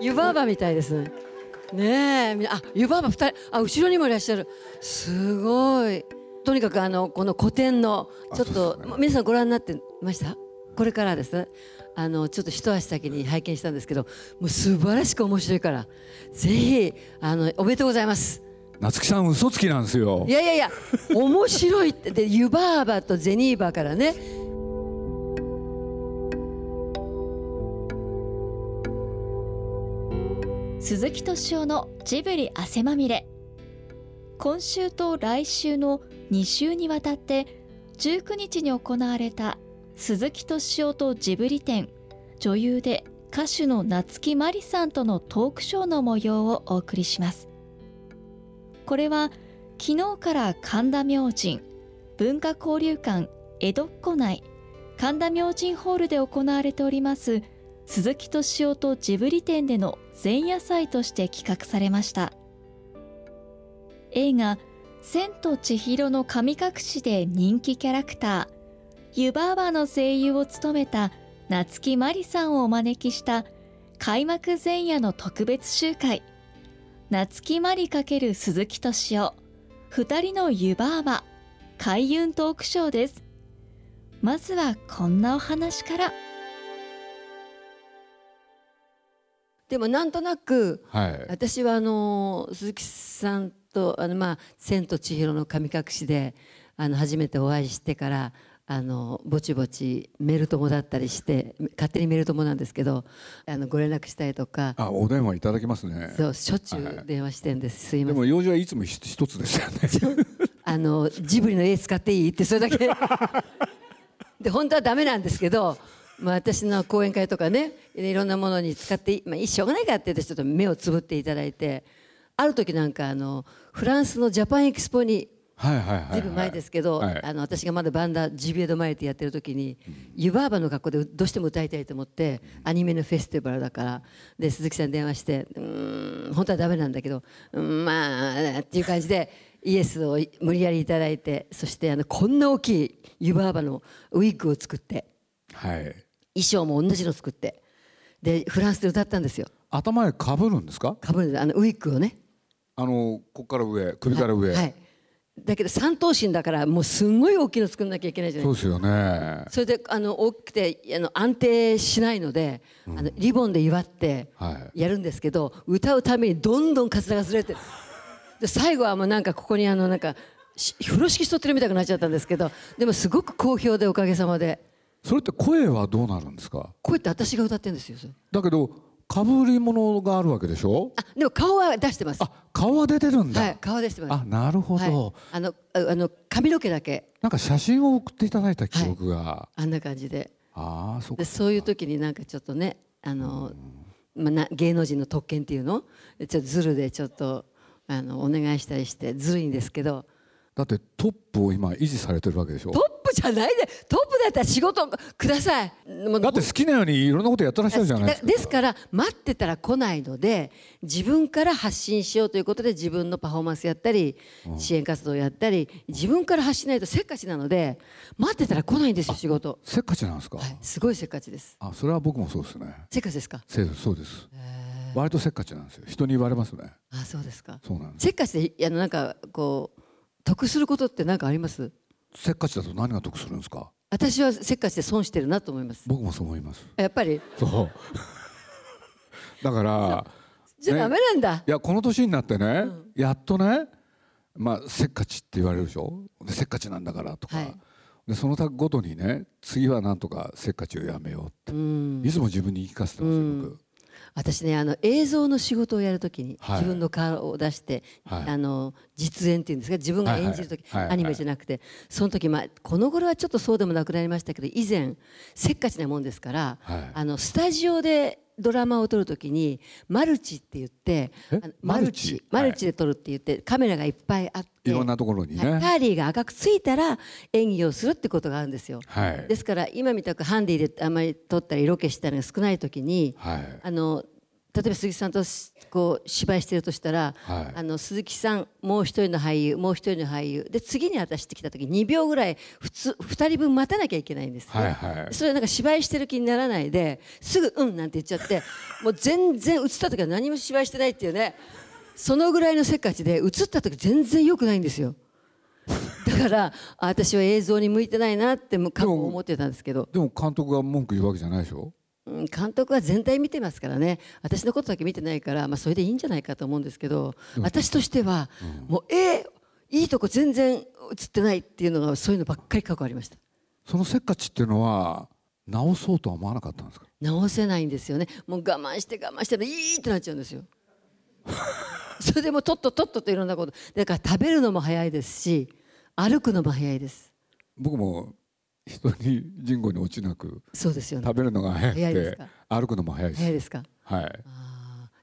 湯婆婆みたいですね。ねえ、あ、湯婆婆二人、あ、後ろにもいらっしゃる。すごい。とにかくあのこの古典のちょっと、皆さんご覧になってましたこれからですねあのちょっと一足先に拝見したんですけどもう素晴らしく面白いからぜひあのおめでとうございます夏木さん嘘つきなんですよいやいやいや面白いってで湯婆婆とゼニーバからね鈴木敏夫のジブリ汗まみれ今週と来週の2週にわたって19日に行われた鈴木敏夫とジブリ展女優で歌手の夏木マリさんとのトークショーの模様をお送りしますこれは昨日から神田明神文化交流館江戸っ子内神田明神ホールで行われております鈴木敏夫とジブリ展での前夜祭として企画されました映画「千と千尋の神隠し」で人気キャラクター湯婆婆の声優を務めた夏木マリさんをお招きした開幕前夜の特別集会夏木マリ×鈴木敏夫二人の湯婆婆開運トークショーですまずはこんなお話からでもなんとなくはい私はあの鈴木さんと「あのまあ千と千尋の神隠しで」あの初めてお会いしてからあのぼちぼちメール友だったりして勝手にメール友なんですけどあのご連絡したりとかあお電話いただきますねそうしょっちゅはうい電話してるんですすいでませんも用事はいつもひ一つですよねあのジブリの絵使っていいってそれだけで本当はダメなんですけど、まあ、私の講演会とかねいろんなものに使っていい、まあ、いいしょうがないかって言ってちょっと目をつぶっていただいてある時なんかあのフランスのジャパンエキスポにはいはいはいはいずいぶん前ですけど、はいあの私がまだバンダジビエド・マリティやってる時に、湯婆婆の格好でどうしても歌いたいと思ってアニメのフェスティバルだからで鈴木さんに電話してうーん本当はダメなんだけどうーんまあっていう感じでイエスを無理やりいただいてそしてあのこんな大きい湯婆婆のウィッグを作ってはい衣装も同じの作ってでフランスで歌ったんですよ頭へかぶるんですかかぶるんですあのウィッグをね。あのここから上首から上、はい、だけど三頭身だからもうすんごい大きいの作んなきゃいけないじゃないですかそうですよねそれであの大きくてあの安定しないので、あのリボンで祝ってはやるんですけど、歌うためにどんどんカツラがずれてるで最後はもうなんかここにあのなんかし風呂敷しとってるみたくなっちゃったんですけどでもすごく好評でおかげさまでそれって声はどうなるんですかこうやって私が歌ってるんですよそれだけどかぶり物があるわけでしょあでも顔は出してますあ顔は出てるんだ、はい顔は出してますあなるほど、はい、あのああの髪の毛だけなんか写真を送っていただいた記憶が、あんな感じでああそっでかそういう時になんかちょっとねあの、まあ、な芸能人の特権っていうのちょっとズルでちょっとあのお願いしたりしてずるいんですけどだってトップを今維持されてるわけでしょトップじゃないでトップだったら仕事くださいもうだって好きなようにいろんなことやってらっしゃるじゃなだいですかですから待ってたら来ないので自分から発信しようということで自分のパフォーマンスやったり支援活動やったり自分から発しないとせっかちなので待ってたら来ないんですよ仕事、せっかちなんですか、はい、すごいせっかちですあそれは僕もそうですねせっかちですかせそうです割とせっかちなんですよ人に言われますねあそうですかそうなんですせっかちであのなんかこう得することって何かありますせっかちだと何が得するんですか私はせっかちで損してるなと思います僕もそう思いますやっぱりそう だからじゃあねダメなんだ、いやこの年になってね、やっとね、まあ、せっかちって言われるでしょでせっかちなんだからとか、はいでその他ごとにね次はなんとかせっかちをやめようって、うんいつも自分に言い聞かせてますよ、僕私ねあの映像の仕事をやるときに、はい自分の顔を出して、はいあの実演っていうんですか自分が演じるとき、はいはいはいはいアニメじゃなくてその時まあこの頃はちょっとそうでもなくなりましたけど以前せっかちなもんですから、はいあのスタジオでドラマを撮るときにマルチって言ってえあのマルチマルチで撮るって言って、カメラがいっぱいあっていろんなところにね、はい、ターリーが赤くついたら演技をするってことがあるんですよ。はいですから今みたくハンディであんまり撮ったりロケしたりが少ない時に、はいあの例えば鈴木さんとしこう芝居してるとしたら、はいあの鈴木さんもう一人の俳優もう一人の俳優で次に私って来た時2秒ぐらい普通2人分待たなきゃいけないんです、ねはいはいそれなんか芝居してる気にならないですぐ「うん」なんて言っちゃって もう全然映った時は何も芝居してないっていうねそのぐらいのせっかちで映った時全然良くないんですよだからあ私は映像に向いてないなってもう過去思ってたんですけどでも監督が文句言うわけじゃないでしょうん監督は全体見てますからね私のことだけ見てないから、まあ、それでいいんじゃないかと思うんですけど私としては、もうえー、いいとこ全然映ってないっていうのがそういうのばっかり過去ありましたそのせっかちっていうのは直そうとは思わなかったんですか直せないんですよねもう我慢して我慢していいってなっちゃうんですよ それでもうとっととっとといろんなことだから食べるのも早いですし歩くのも早いです僕も人に人口に落ちなくそうですよね食べるのが早く早いですてか歩くのも早いです早いですかはいあー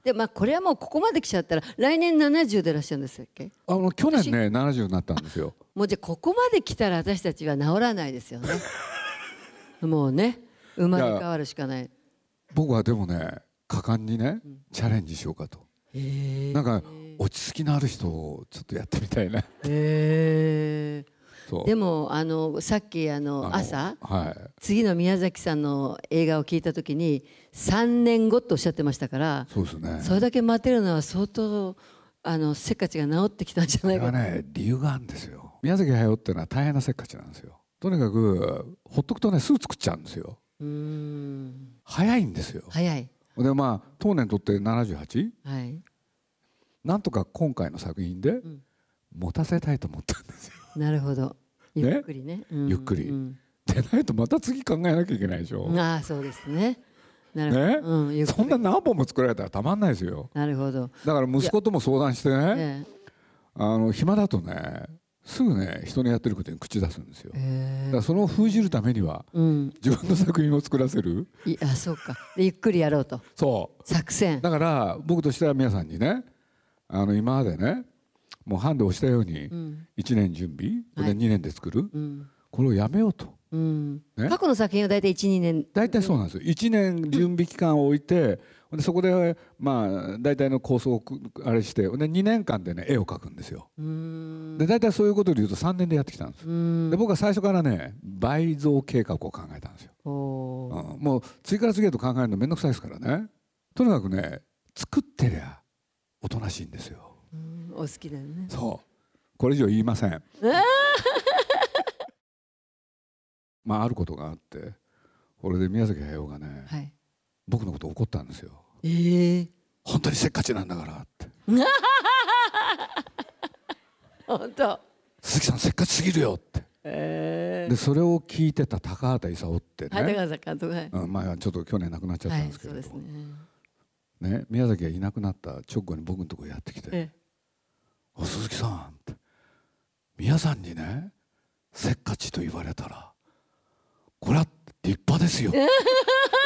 でまあこれはもうここまで来ちゃったら来年70でいらっしゃるんですっけあの去年ね70になったんですよもうじゃあここまで来たら私たちは治らないですよね もうね生まれ変わるしかない僕はでもね果敢にねチャレンジしようかとへーなんか落ち着きのある人をちょっとやってみたいなへーそうでもあのさっきああのの朝はい次の宮崎さんの映画を聞いた時に3年後とおっしゃってましたからそうですねそれだけ待てるのは相当あのせっかちが治ってきたんじゃこなれいかはなね理由があるんですよ宮崎駿ってのは大変なせっかちなんですよとにかくほっとくとねすぐ作っちゃうんですようーん早いんですよ早いでまあ当年とって 78? はいなんとか今回の作品でん持たせたいと思ったんですよ、なるほどゆっくりねうんゆっくりうんでないとまた次考えなきゃいけないでしょ、ああそうですねなるほど、ねうんゆっくりそんな何本も作られたらたまんないですよなるほど、だから息子とも相談してねえあの暇だとねすぐね人のやってることに口出すんですよえええだからその封じるためにはうん自分の作品を作らせるいあそうかでゆっくりやろうとそう作戦だから僕としては皆さんにねあの今までねもうハンデをしたようにうん1年準備、これはいで2年で作る、うんこれをやめようとうんね過去の作品は大体12年大体そうなんですよ1年準備期間を置いて、でそこでまあ大体の構想をくあれしてで2年間でね絵を描くんですようーんで大体そういうことでいうと3年でやってきたんですうーんで僕は最初からね倍増計画を考えたんですよ、おーうんもう次から次へと考えるの面倒くさいですからねとにかくね作ってりゃおとなしいんですようんお好きだよね。そうこれ以上言いません まああることがあってこれで宮崎駿がね、はい。僕のこと怒ったんですよええ本当にせっかちなんだからって本当。鈴木さんせっかちすぎるよってええでそれを聞いてた高畑勲ってはい、ね、高さ監督はい。うん、まあちょっと去年亡くなっちゃったはんい、ですけそれうど、ですね。ね宮崎がいなくなった直後に僕のとこやってきてえ「あ鈴木さん」って宮さんにねせっかちと言われたらこれは立派ですよえ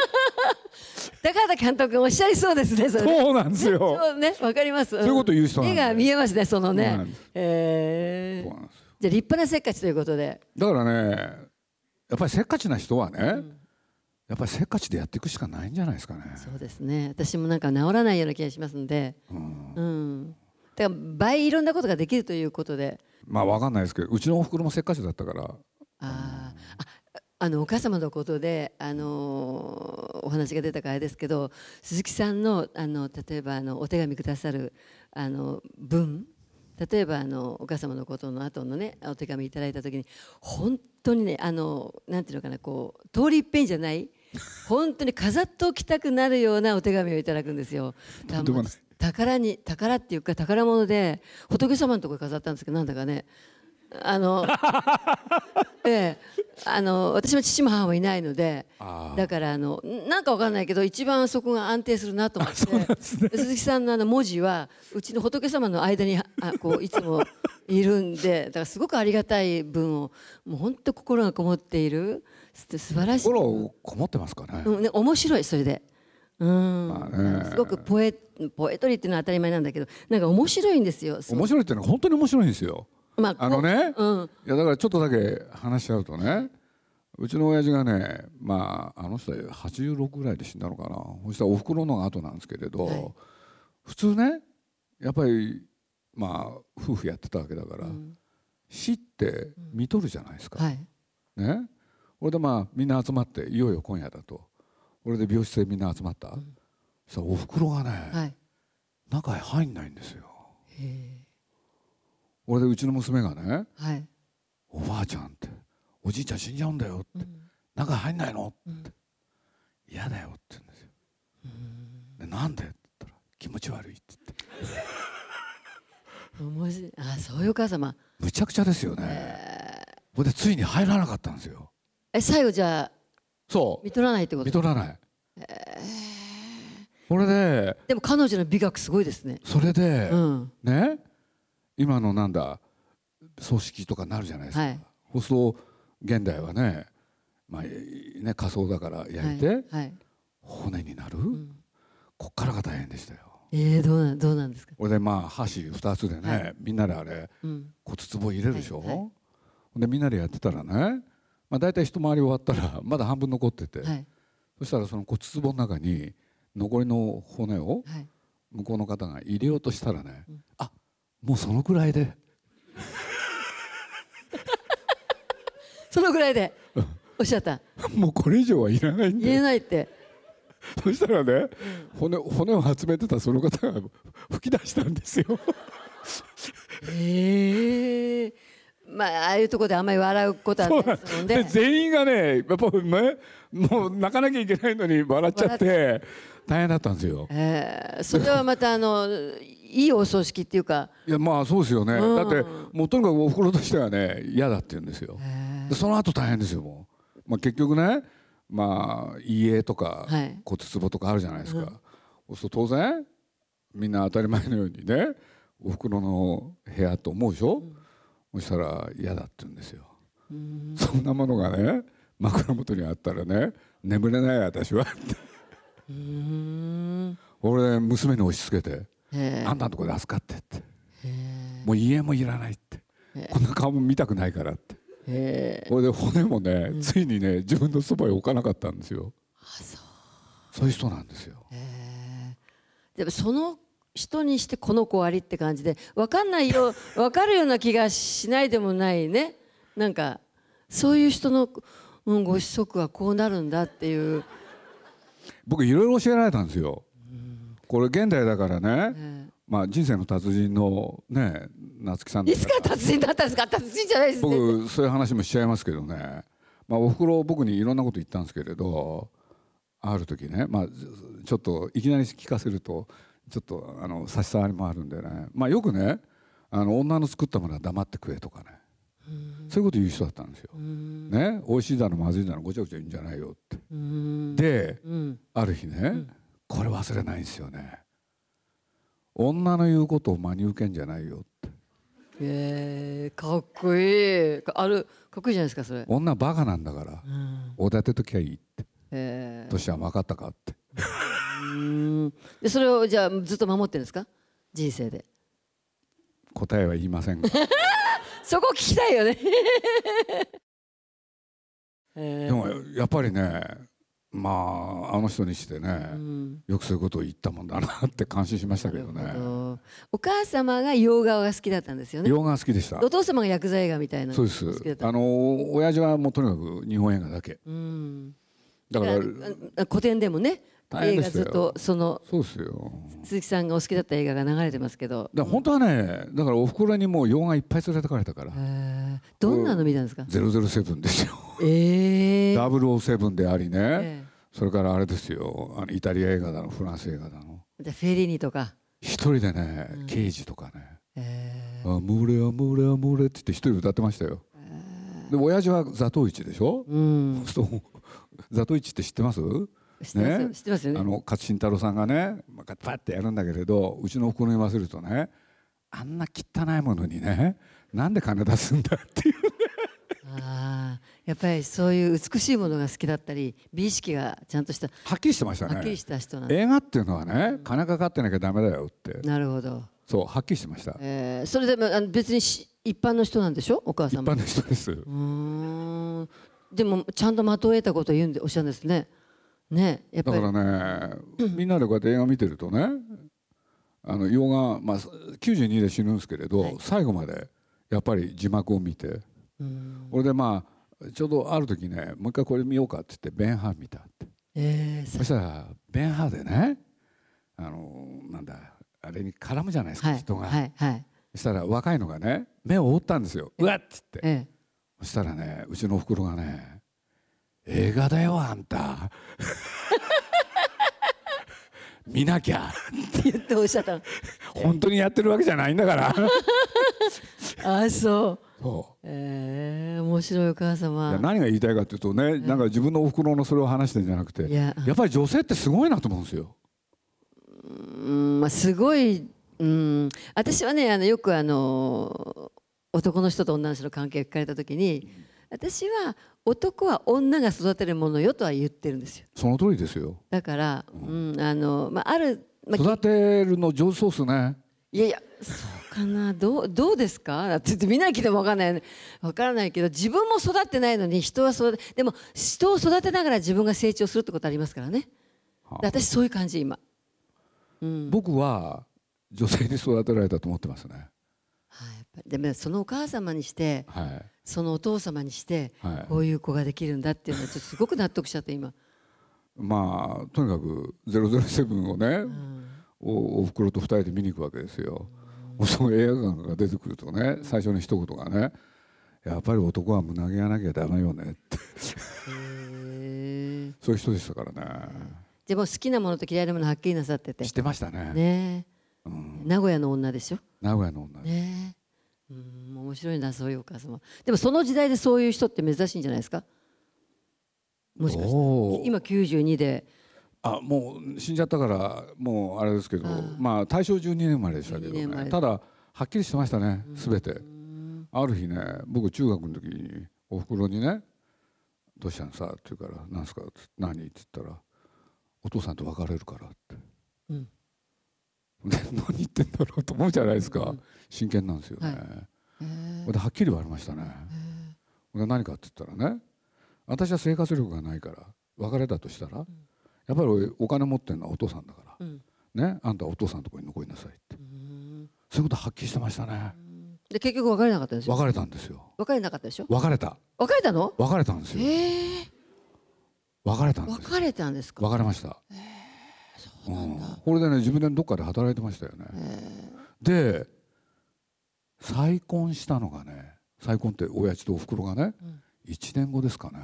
高畑監督おっしゃりそうですね。それねそうなんですよそうね、わかります。そういうこと言う人なん目だよが見えますね、そのそうねなんです。えそえうなんですよじゃあ立派なせっかちということで。だからねやっぱりせっかちな人はね、やっぱりせっかちでやっていくしかないんじゃないですかねそうですね。私もなんか治らないような気がしますので。うんうん。だから倍いろんなことができるということで。まあわかんないですけどうちのおふくろもせっかちだったからあーああのお母様のことで、あのーお話が出たからあれですけど鈴木さんのあの例えばあのお手紙くださるあの文例えばあのお母様のことの後のねお手紙いただいた時に本当にねあのなんていうのかなこう通り一遍じゃない本当に飾っておきたくなるようなお手紙をいただくんですよ。とんでもない宝に宝っていうか宝物で仏様のところ飾ったんですけどなんだかねあのええあの私も父も母もいないのであーだからあのなんかわかんないけど一番そこが安定するなと思って、鈴木さんのあの文字はうちの仏様の間にあこういつもいるんでだからすごくありがたい文をもう本当心がこもっているす素晴らしい。心をこもってますかね、うんね、面白いそれで。うんまあねすごくポエポエトリーっていうのは当たり前なんだけどなんか面白いんですよ。すごく面白いっていうのは本当に面白いんですよまああのねこううんいやだからちょっとだけ話し合うとねうちの親父がね、まあ、あの人は86ぐらいで死んだのかなそしたらおふくろのが後なんですけれど、はい普通ねやっぱり、まあ、夫婦やってたわけだから、うん死って見とるじゃないですか。はいね、これでまあみんな集まっていよいよ今夜だと俺で病室でみんな集まった、んそしたらおふくろがね、はい中へ入んないんですよ。へえ俺でうちの娘がねはい「おばあちゃん」って「おじいちゃん死んじゃうんだよ」って「中へ入んないの?」うん嫌だよって言うんですよ。でなんでって言ったら気持ち悪いって言って面白いあそういうお母様むちゃくちゃですよね。ほんでついに入らなかったんですよ。え最後じゃあそ見とらないってうこ見ととらない。これででも彼女の美学すごいですねそれで、うんね今のなんだ葬式とかなるじゃないですか。はいそうすると現代はねまあいね仮装だからは焼いいて、はい骨になる、んこっからが大変でしたよ。えーどうなんどうなんですかこれでまあ箸2つでね、はいみんなであれうん骨壺入れるでしょ、はいはいほんでみんなでやってたらね、まあ、大体一回り終わったらまだ半分残ってて、はいそしたらその骨壺の中に残りの骨をはい向こうの方が入れようとしたらね、あもうそのくらいで そのぐらいでおっしゃったもうこれ以上はいらないん言えでないってそしたらね骨骨を集めてたその方が吹き出したんですよ。ええまあああいうところであんまり笑うことはそなういなんですもんねで全員がねやっぱねもう泣かなきゃいけないのに笑っちゃって大変だったんですよ。えーそれはまたあのいいお葬式っていうか、いやまあそうですよね、うんだってもうとにかくおふくろとしてはね嫌だって言うんですよ、でその後大変ですよもう、まあ、結局ねまあ家とかはい骨壺とかあるじゃないですか、そうすると当然みんな当たり前のようにねおふくろの部屋と思うでしょ、そしたら嫌だって言うんですよ、そんなものがね枕元にあったらね眠れない私はって 俺娘に押し付けてえあんたのとこで預かってってもう家もいらないってこんな顔も見たくないからってーえこれで骨もねついにね自分のそばへ置かなかったんですよそういう人なんですよーでもその人にしてこの子ありって感じで分かんないよ分かるような気がしないでもないねなんかそういう人の、うん、ご子息はこうなるんだっていう、僕いろいろ教えられたんですよこれ現代だからえねーまあ人生の達人のね夏木さんだいかつらから達人だったんですか達人じゃないですね僕そういう話もしちゃいますけどね、まあ、おふくろ僕にいろんなこと言ったんですけれどある時ね、まあ、ずちょっといきなり聞かせるとちょっとあの差し障りもあるんでね、まあ、よくねあの女の作ったものは黙って食えとかねそういうこと言う人だったんですよ。ね、美味しいだのまずいだのごちゃごちゃ言うんじゃないよって。で、うんある日ね、これ忘れないんですよね。女の言うことを真に受けんじゃないよって。えー、かっこいいかあるかっこいいじゃないですかそれ、女はバカなんだから、おだてときゃいいって。えー年は分かったかってうんでそれをじゃあずっと守ってるんですか人生で答えは言いません がそこ聞きたいよね えでもやっぱりねまああの人にしてね、んよくそういうことを言ったもんだなって感心しましたけどーなるほねどお母様が洋画が好きだったんですよね洋画好きでしたお父様が薬剤映画みたいなのそう好できだっすたあの親父はもうとにかく日本映画だけうんだからあ古典でもね大映変で画したずよっとそのそうですよ鈴木さんがお好きだった映画が流れてますけどだから本当はねだからおふくろにもう洋画いっぱい連れてかれたからえーどんなの見たんですか007ですよええ007でありね、えそれからあれですよあのイタリア映画だのフランス映画だのじゃあフェリーニとか一人でね、刑事とかねえあムレあムレあムレって言って一人で歌ってましたよ。で親父はザトウイチでしょー。うんそうザトウイチって知ってま知す？ってますよね知ってますよねあの勝新太郎さんがね、まあ、パッてやるんだけれど、うちのおふくろに言わせるとね、あんな汚いものにね、なんで金出すんだっていう。ああ、やっぱりそういう美しいものが好きだったり、美意識がちゃんとした、はっきりしてましたはっきりねし。た人なんだ。映画っていうのはね、金かかってなきゃダメだよって、なるほど。そうはっきりしてました。えー、それでもあの別にし一般の人なんでしょ、お母一様。般の人です。うーん。でもちゃんと的を得たことを言うんでおっしゃるんですね。ねやっぱだりからね、みんなでこうやって映画見てるとねあの洋画、まあ、92で死ぬんですけれど、はい最後までやっぱり字幕を見て、うんこれでまあちょうどある時ねもう一回これ見ようかって言って「ベンハー」見たってえーさそしたら「ベンハー」でねあのなんだあれに絡むじゃないですか、はい人が、はいはいそしたら若いのがね目を覆ったんですよ「うわっ!」っつってえそしたらねうちのおふくろがね「映画だよあんた 見なきゃえって言っておっしゃったの。本当にやってるわけじゃないんだ から」あーそう。そうえー、面白いお母いや様。何が言いたいかというとねなんか自分のおふくろのそれを話してんじゃなくていややっぱり女性ってすごいなと思うんですよ。うんまあすごい。うん私はねあのよくあの男の人と女の人の関係を聞かれた時に私は男は女が育てるものよとは言ってるんですよ。その通りですよ。だから、うん、あのまあある、まあ、育てるの上手そうっすね。いやいやそうかなどうどうですかだって言ってみんなに聞いても分かんないよね分からないけど自分も育ってないのに人は育てでも人を育てながら自分が成長するってことありますからねはあで私そういう感じ今うん僕は女性に育てられたと思ってますね。はいやっぱりでもそのお母様にしてはい。そのお父様にして、はいこういう子ができるんだっていうのはちょっとすごく納得しちゃって今、まあとにかく007をね、うんおお袋と二人で見に行くわけですよ。その映画館が出てくるとね最初の一言がねやっぱり男は胸毛がなきゃダメよねって へえそういう人でしたからね。でも好きなものと嫌いなものはっきりなさってて知ってましたね。ねえ、うん名古屋の女でしょ名古屋の女。ねえ、うん、面白いなそういうお母様でもその時代でそういう人って珍しいんじゃないですかもしかしておー今92であもう死んじゃったからもうあれですけどあーまあ大正12年生まれでしたけ12ど、年ね、前ただはっきりしてましたねすべてある日ね僕中学の時におふくろにね「どうしたのさ」って言うから「何すか?」って「何?」って言ったら「お父さんと別れるから」って、うんで何言ってんだろうと思うじゃないですか、真剣なんですよね、はいではっきり言われましたね、で何かって言ったらね私は生活力がないから別れたとしたら、やっぱり俺お金持ってるのはお父さんだから、うんね、あんたはお父さんのとこに残りなさいって、そういうことはっきりしてましたね、で結局別れなかったんですよ別れたんですよ別れなかったでしょ別れた別れたの別れたんですよええ別れたんですよ別れたんですか別れました、うんこれでね自分でどっかで働いてましたよね、で再婚したのがね再婚って親父とおふくろがね、一1年後ですかね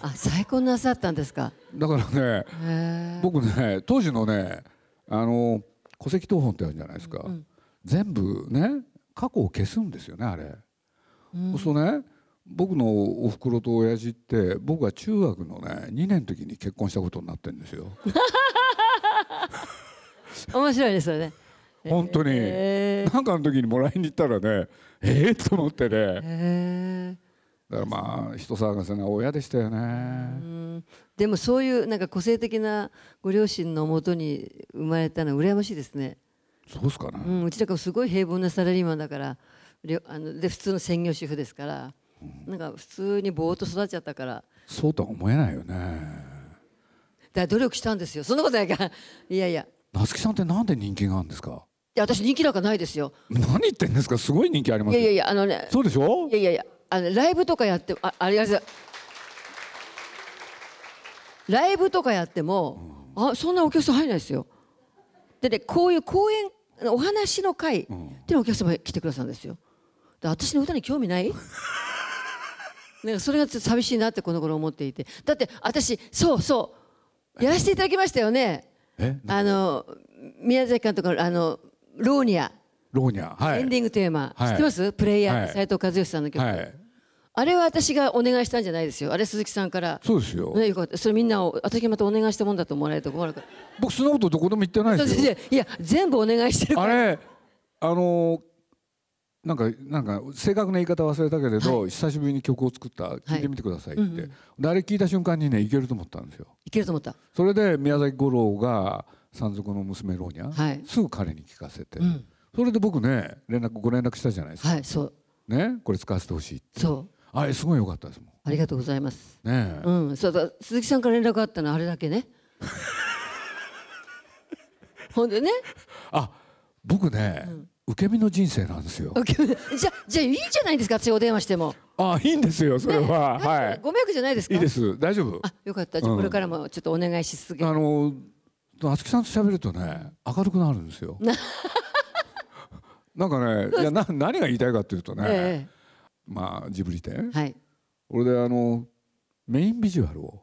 あ再婚なさったんですかだからねへえ僕ね当時のねあの戸籍謄本ってあるじゃないですか、全部ね過去を消すんですよねあれ、そうするとね僕のおふくろと親父って僕が中学のね2年の時に結婚したことになってるんで すよ面白いですよね本当に、へなんかの時にもらいに行ったらねえー、と思ってねえだからまあ人騒がせな親でしたよね、でもそういうなんか個性的なご両親のもとに生まれたのは羨ましいですねそうっすかね、うん、うちだからすごい平凡なサラリーマンだからりょあので普通の専業主婦ですから、なんか普通にぼーっと育っちゃったからだかそうとは思えないよねら努力したんですよそんなことないからいやいやい夏木さんってなんで人気があるんですかや私人気なんかないですよ何言ってんですかすごい人気ありまいすやよいやいやあのねそうでしょいやいやいやあのライブとかやってあありがとうございますライブとかやっても、あそんなお客さん入らないですよでねこういう公演お話の会っていうのお客様来てくださるんですよで私の歌に興味ない なんかそれがちょっと寂しいなってこの頃思っていてだって私そうそうやらせていただきましたよねえあの宮崎監督のあのローニア、ローニャはいエンディングテーマ、はい知ってますプレイヤはーい斎、藤和義さんの曲、はいあれは私がお願いしたんじゃないですよ。あれ鈴木さんから。そうですよ、ね、よかった。それみんなを、私がまたお願いしたもんだと思われると困るから。僕そんなことどこでも言ってないですいよやいや、全部お願いしてるかあら。れあのーなんかなんか正確な言い方忘れたけれど、久しぶりに曲を作った聞いてみてくださいって、であれ聞いた瞬間にねいけると思ったんですよいけると思った。それで宮崎吾郎が山賊の娘ローニャ、はいすぐ彼に聞かせて、んそれで僕ね連絡ご連絡したじゃないですか、はい、そう。ねこれ使わせてほしいってそあれすごい良かったですもありがとうございます。んねえ、うん、そうだ鈴木さんから連絡あったのはあれだけね。 ほんでね、あ僕ね、受け身の人生なんですよお給料 じゃじゃあいいじゃないですか私お電話しても。あいいんですよそれは、はいご迷惑じゃないですか。いいです大丈夫あよかったじゃあうんこれからもちょっとお願いし続けあのあつきさんと喋るとね明るくなるんですよ。 なんかねいやな何が言いたいかっていうとね、えまあジブリ展、えはい俺であのメインビジュアルを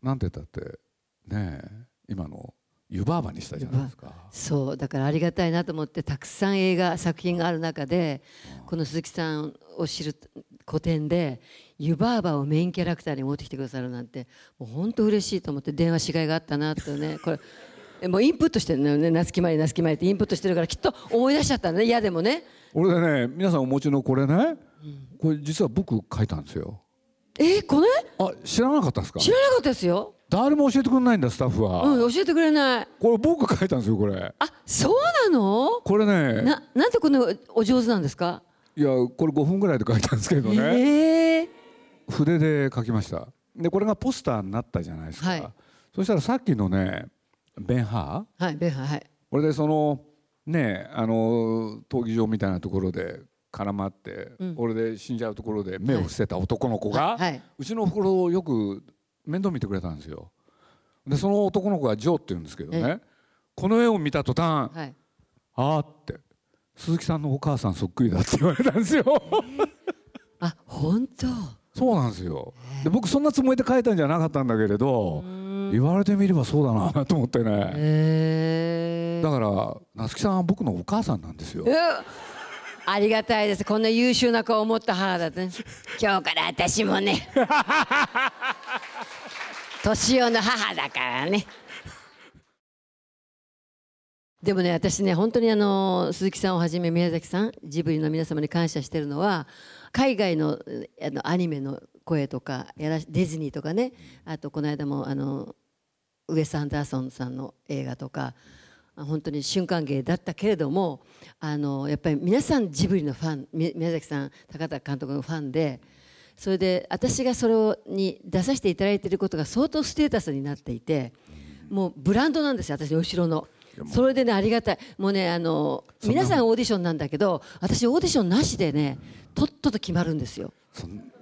なんて言ったってねえ今の湯婆婆にしたじゃないですか。そうだからありがたいなと思ってたくさん映画作品がある中でこの鈴木さんを知る個展で湯婆婆をメインキャラクターに持ってきてくださるなんてもう本当嬉しいと思って電話しがいがあったなとねこれえもうインプットしてるのよね夏木マリ夏木マリってインプットしてるからきっと思い出しちゃったのね嫌でもね俺でね皆さんお持ちのこれねこれ実は僕書いたんですよ。えこれあ知らなかったんですか知らなかったですよ誰も教えてくれないんだスタッフは。うん教えてくれないこれ僕書いたんですよこれ。あそうなのこれねななんでこのお上手なんですかいやこれ5分ぐらいで書いたんですけどね。ええ筆で書きましたでこれがポスターになったじゃないですか、はいそしたらさっきのねベンハーはいベンハーはいこれでそのねあの闘技場みたいなところで絡まって、うん俺で死んじゃうところで目を伏せた男の子はが、いはいうちのおふくろをよく面倒見てくれたんですよでその男の子がジョーって言うんですけどねこの絵を見た途端、はいあーって鈴木さんのお母さんそっくりだって言われたんですよあ本当そうなんですよで僕そんなつもりで書いたんじゃなかったんだけれど、言われてみればそうだなと思ってね、ええだから夏木さんは僕のお母さんなんですよ、うんありがたいですこんな優秀な子を持った母だね今日から私も ね年男の母だからねでもね私ね本当にあの鈴木さんをはじめ宮崎さんジブリの皆様に感謝してるのは海外のえあのアニメの声とかやらしディズニーとかねあとこの間もあのウェス・アンダーソンさんの映画とかあ本当に瞬間芸だったけれどもあのやっぱり皆さんジブリのファンみ宮崎さん高田監督のファンでそれで私がそれをに出させていただいていることが相当ステータスになっていてもうブランドなんですよ私の後ろの。それでねありがたいもうねあのんな皆さんオーディションなんだけど私オーディションなしでねとっとと決まるんですよ。そん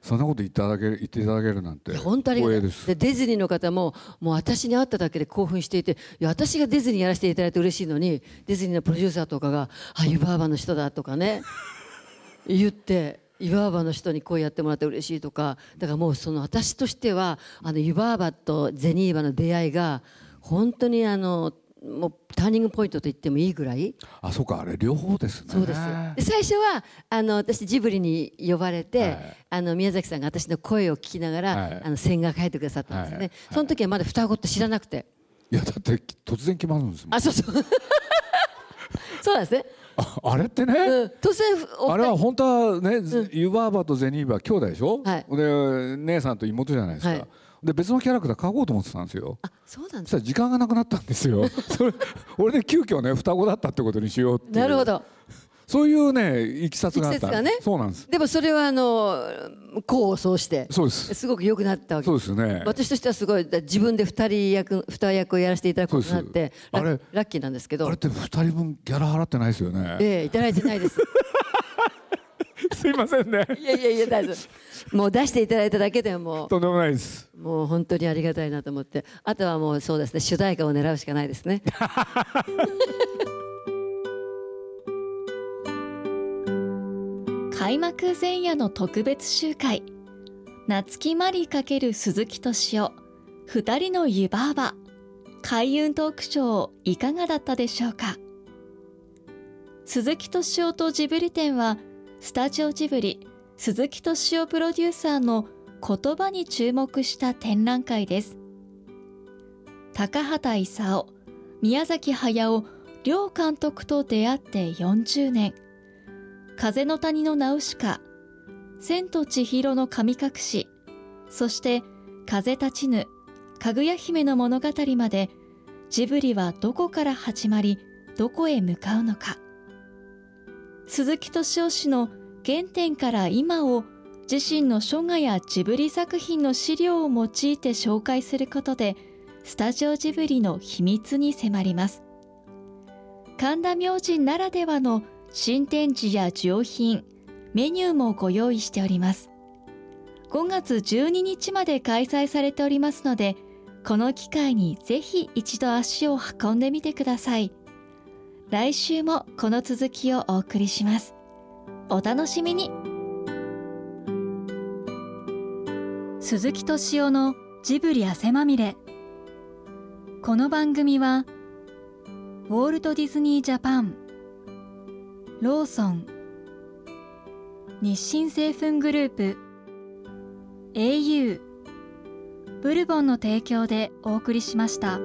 そんなこと言っていただける言っていただけるなんていや本当ありが光た栄いですでディズニーの方ももう私に会っただけで興奮していていや私がディズニーやらせていただいて嬉しいのにディズニーのプロデューサーとかが「あ湯婆婆の人だ」とかね 言って湯婆婆の人にこうやってもらって嬉しいとかだからもうその私としてはあの湯婆婆とゼニーバの出会いが本当にあのもうターニングポイントと言ってもいいぐらい。あそうかあれ両方ですねそうですよで最初はあの私ジブリに呼ばれて、はいあの宮崎さんが私の声を聞きながら、はいあの線画書いてくださったんですね、はいその時はまだ双子って知らなくていやだって突然決まるんですもんあそうそう そうなんですね、ああれってね、うん、突然おあれは本当はね、ユバーバとゼニーバ兄弟でしょ、はいで姉さんと妹じゃないですか、はいで別のキャラクター書こうと思ってたんですよあそうなんそですしたら時間がなくなったんです よそれ俺ね急遽ね双子だったってことにしようっていうなるほどそういうねいきさつがあったいきさつがねそうなんですでもそれはあの功を奏してそうですすごく良くなったわけそうですよね私としてはすごいだ自分で二人役二役をやらせていただくことになっそうでてすラあれッラッキーなんですけあどれって二人分ギャラ払ってないですよね、ええいただいてないです すいませんねいやいやいや大丈夫もう出していただいただけでもうとんでもないですもう本当にありがたいなと思ってあとはもうそうですね主題歌を狙うしかないですね開幕前夜の特別集会夏木マリ×鈴木敏夫二人の湯婆婆開運トークショーいかがだったでしょうか鈴木敏夫とジブリ展はスタジオジブリ鈴木敏夫プロデューサーの言葉に注目した展覧会です高畑勲宮崎駿両監督と出会って40年風の谷のナウシカ、千と千尋の神隠し、そして風立ちぬ、かぐや姫の物語まで、ジブリはどこから始まり、どこへ向かうのか。鈴木敏夫氏の原点から今を自身の書画やジブリ作品の資料を用いて紹介することでスタジオジブリの秘密に迫ります神田明神ならではの新展示や需要品メニューもご用意しております5月12日まで開催されておりますのでこの機会にぜひ一度足を運んでみてください来週もこの続きをお送りしますお楽しみに鈴木敏夫のジブリ汗まみれこの番組はウォールト・ディズニー・ジャパンローソン日清製粉グループ au ブルボンの提供でお送りしました。